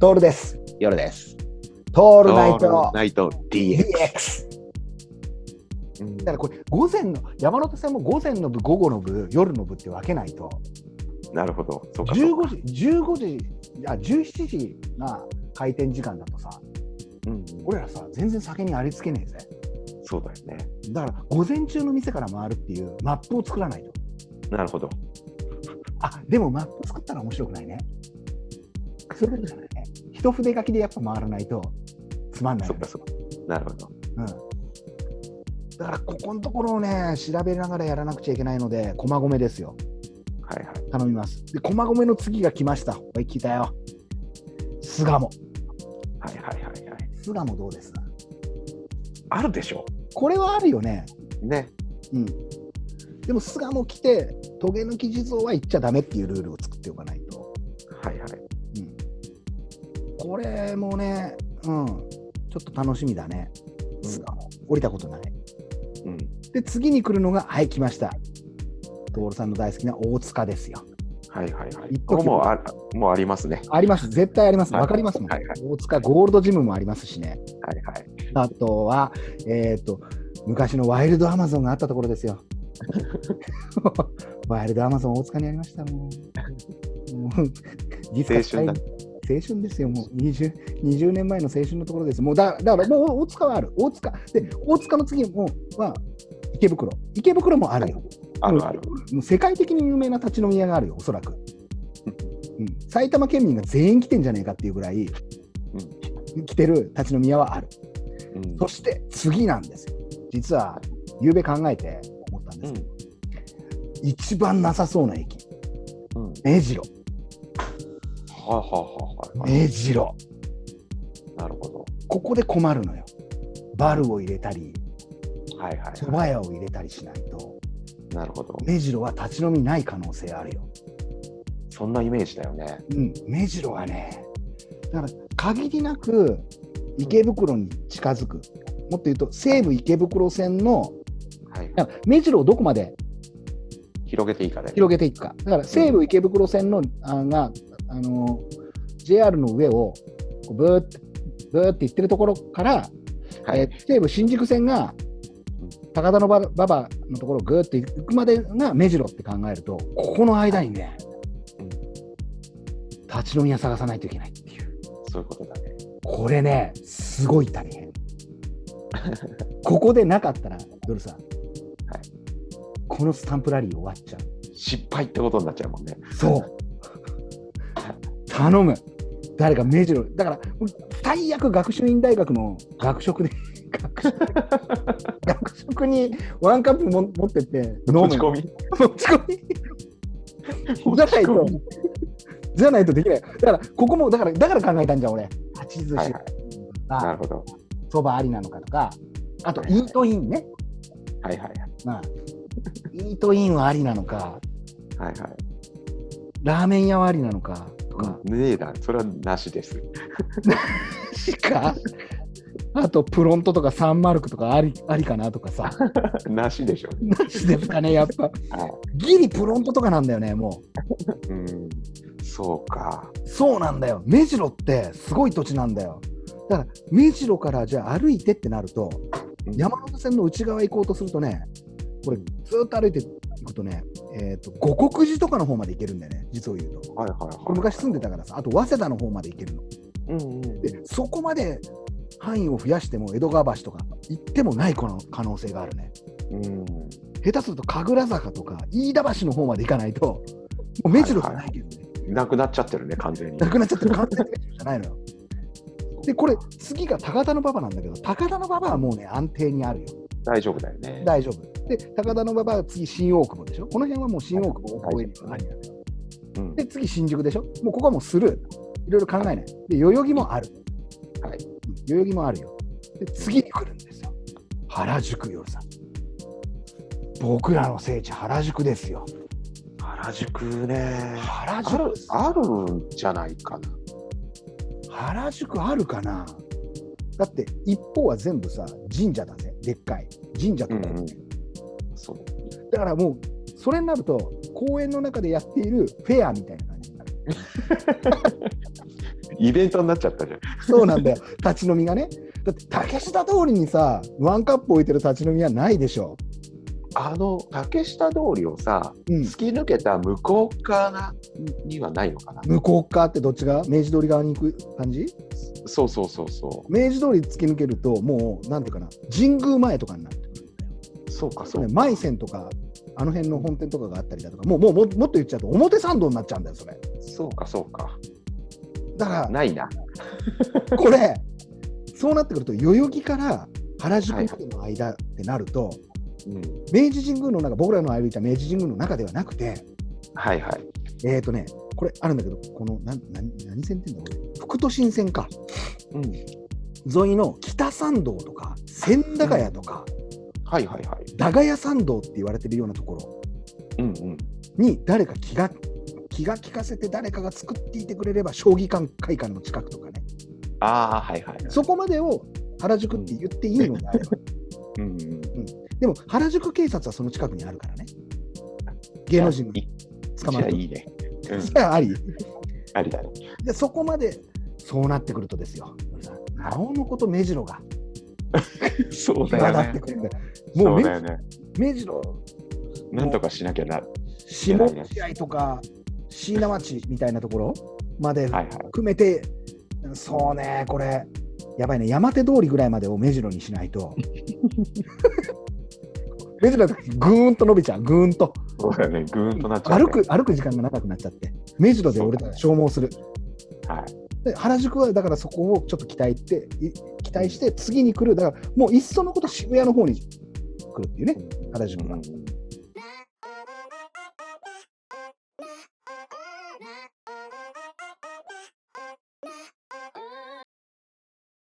トールです。夜です。トーオルナイトナイト DX。 DX。うんだからこれ、午前の、山手線も午前の部、午後の部、夜の部って分けないと、なるほど。そうかそうか。 15時、15時、あ、17時が開店時間だとさ、うん、俺らさ、全然酒にありつけねえぜ。そうだよね。だから、午前中の店から回るっていうマップを作らないと。なるほど。あ、でもマップ作ったら面白くないね。そういうことじゃないね。一筆書きでやっぱ回らないと、つまんないそよっねかそっか。なるほど。うん、だからここのところをね調べながらやらなくちゃいけないので駒込ですよはいはい。頼みますで駒込の次が来ましたこれ聞いたよ巣鴨はいはいはいはい。巣鴨どうですあるでしょこれはあるよねね。うんでも巣鴨来てトゲ抜き地蔵は行っちゃダメっていうルールを作っておかないとはいはい。これもねうんちょっと楽しみだね巣鴨降りたことないうん。で次に来るのがはい来ました徹さんの大好きな大塚ですよはいはいはい。一個ここもうあもうありますね。あります、絶対あります、はいわかりますもん、はいはい大塚ゴールドジムもありますしね、はいはい。あとは、えっ、と、昔のワイルドアマゾンがあったところ ですよ。ワイルドアマゾン大塚にありました、もう。もう青春だね。青春ですよ、もう 20, 20年前の青春のところです。もうだだから、もう大塚はある、大塚。で、大塚の次もは池袋。池袋もあるよ。あるある。もう世界的に有名な立ち飲み屋があるよ、おそらく。うん、埼玉県民が全員来てんじゃねえかっていうぐらい、来てる立ち飲み屋はある。うんそして次なんですよ。実は、昨べ考えて思ったんですけど、一番なさそうな駅、うん。うん。目白。はあ、はあはあはあ。目白。なるほここで困るのよ。バルを入れたり、ど。はいはい蕎は麦屋を入れたりしないと、い。なるほど。目白は立ち飲みない可能性あるよ。そんなイメージだよね。うん、目白はね、だから限りなく池袋に近づく、もっと言うと西武池袋線の、はいはい。だから目白をどこまで広げていいかね。広げていくか、だから西武池袋線のあがあの JR の上をこうブーって、ブーって行ってるところから、はい。えー西武新宿線がうん高田の馬場のところをぐーって行くまでが目白って考えると、ここの間にねうん、立ち飲み屋探さないといけないっていう。そういうことだね。これね、すごい大変。ここでなかったら、ドルさん、はいこのスタンプラリー終わっちゃう。失敗ってことになっちゃうもんね。そう。頼む。誰か目白。だから、最悪学習院大学の学食で、 学食学食にワンカップも持ってって飲む。持ち込み。持ち込みじゃないと持ち込み。、じゃないとできない。だから、ここも、だから、だから考えたんじゃん、俺。立ち寿司はいはあなるほど。そばありなのかとか、あとイートインね、はいはいはい。まあ、イートインはありなのか、はいはい。ラーメン屋はありなのかとか、ねえだ、それはなし です。しか、あとプロントとかサンマルクとかありありかなとかさ、なしでしょうね。なしですかね、やっぱ、はい。ギリプロントとかなんだよね、もうん。そうか。う。そうなんだよ、目白ってすごい土地なんだよ。だから、目白からじゃあ歩いてってなると、うん山手線の内側行こうとするとね、これ、ずーっと歩いていくとね、えー、と五国寺とかの方まで行けるんだよね、実を言うと。はいはいはい。これ昔住んでたからさ、あと早稲田の方まで行けるの。うんうん。で、そこまで範囲を増やしても江戸川橋とか行ってもないこの可能性があるね。うん。下手すると神楽坂とか飯田橋の方まで行かないと、もう目白じゃないけどね、なくなっちゃってるね、完全にな。くなっちゃってる完全に目白じゃないのよ。で、これ、次が高田の馬場なんだけど、高田の馬場はもうね、安定にあるよ。大丈夫だよね。大丈夫。で、高田の馬場は次、新大久保でしょ。この辺はもう新大久保、大久保エリアにあるうん。で、次、新宿でしょ。もうここはもうスルー。いろいろ考えない。で、代々木もある。はい。うん代々木もあるよ。で、次に来るんですよ。原宿夜さん。僕らの聖地、原宿ですよ。原宿ね。原ある宿、あるんじゃないかな。原宿あるかなだって、一方は全部さ、神社だぜ。でっかい。神社とか。うんそう。だからもう、それになると、公園の中でやっているフェアみたいな感じになる。イベントになっちゃったじゃん。そうなんだよ、立ち飲みがね。だって、竹下通りにさ、ワンカップ置いてる立ち飲みはないでしょ。あの竹下通りをさ、うん、突き抜けた向こう側にはないのかな。向こう側ってどっちが明治通り側に行く感じそうそうそうそ明治通り突き抜けると、もう、なんていうかな、神宮前とかになってくるんだよ。う。そうかそうね、か。舞線とか、あの辺の本店とかがあったりだとか、もう、もう、ももっと言っちゃうと、表参道になっちゃうんだよ、それ。そうかそうか。だから、ないな。これ、そうなってくると、代々木から原宿までの間ってなると、うん。明治神宮の中、僕らの歩いた明治神宮の中ではなくて、はいはい。えー、とね、これあるんだけど、このなんなん何線って言うんだこれ、副都心線か、うん。沿いの北参道とか、千駄ヶ谷とか、はいはいはい。駄ヶ谷参道って言われてるようなところうんうん。に、誰か気が気が利かせて、誰かが作っていてくれれば、将棋館会館の近くとかね、ああはいはい。そこまでを原宿って言っていいのであれば、うんうん。でも原宿警察はその近くにあるからね、芸能人がじ捕まゃあると。いいね。うんじゃあありありだね。でそこまでそうなってくるとですよ、なおのこと目白が そう際だ立ってよくるね。んだよ。もそうう目だよね。目白、なんとかしなきゃな。は下落合とか椎名町みたいなところまでいはい。含めて、そうね、これ、やばいね、山手通りぐらいまでを目白にしない と、目白だとぐーんと伸びちゃう、ぐーんと。そうだよね。ぐーんとなっちゃう、ね。歩く歩く時間が長くなっちゃって、目白で俺たち消耗する。はい。で原宿はだからそこをちょっと期待ってい期待して次に来るだからもういっそのこと渋谷の方に来るっていうね原宿がうん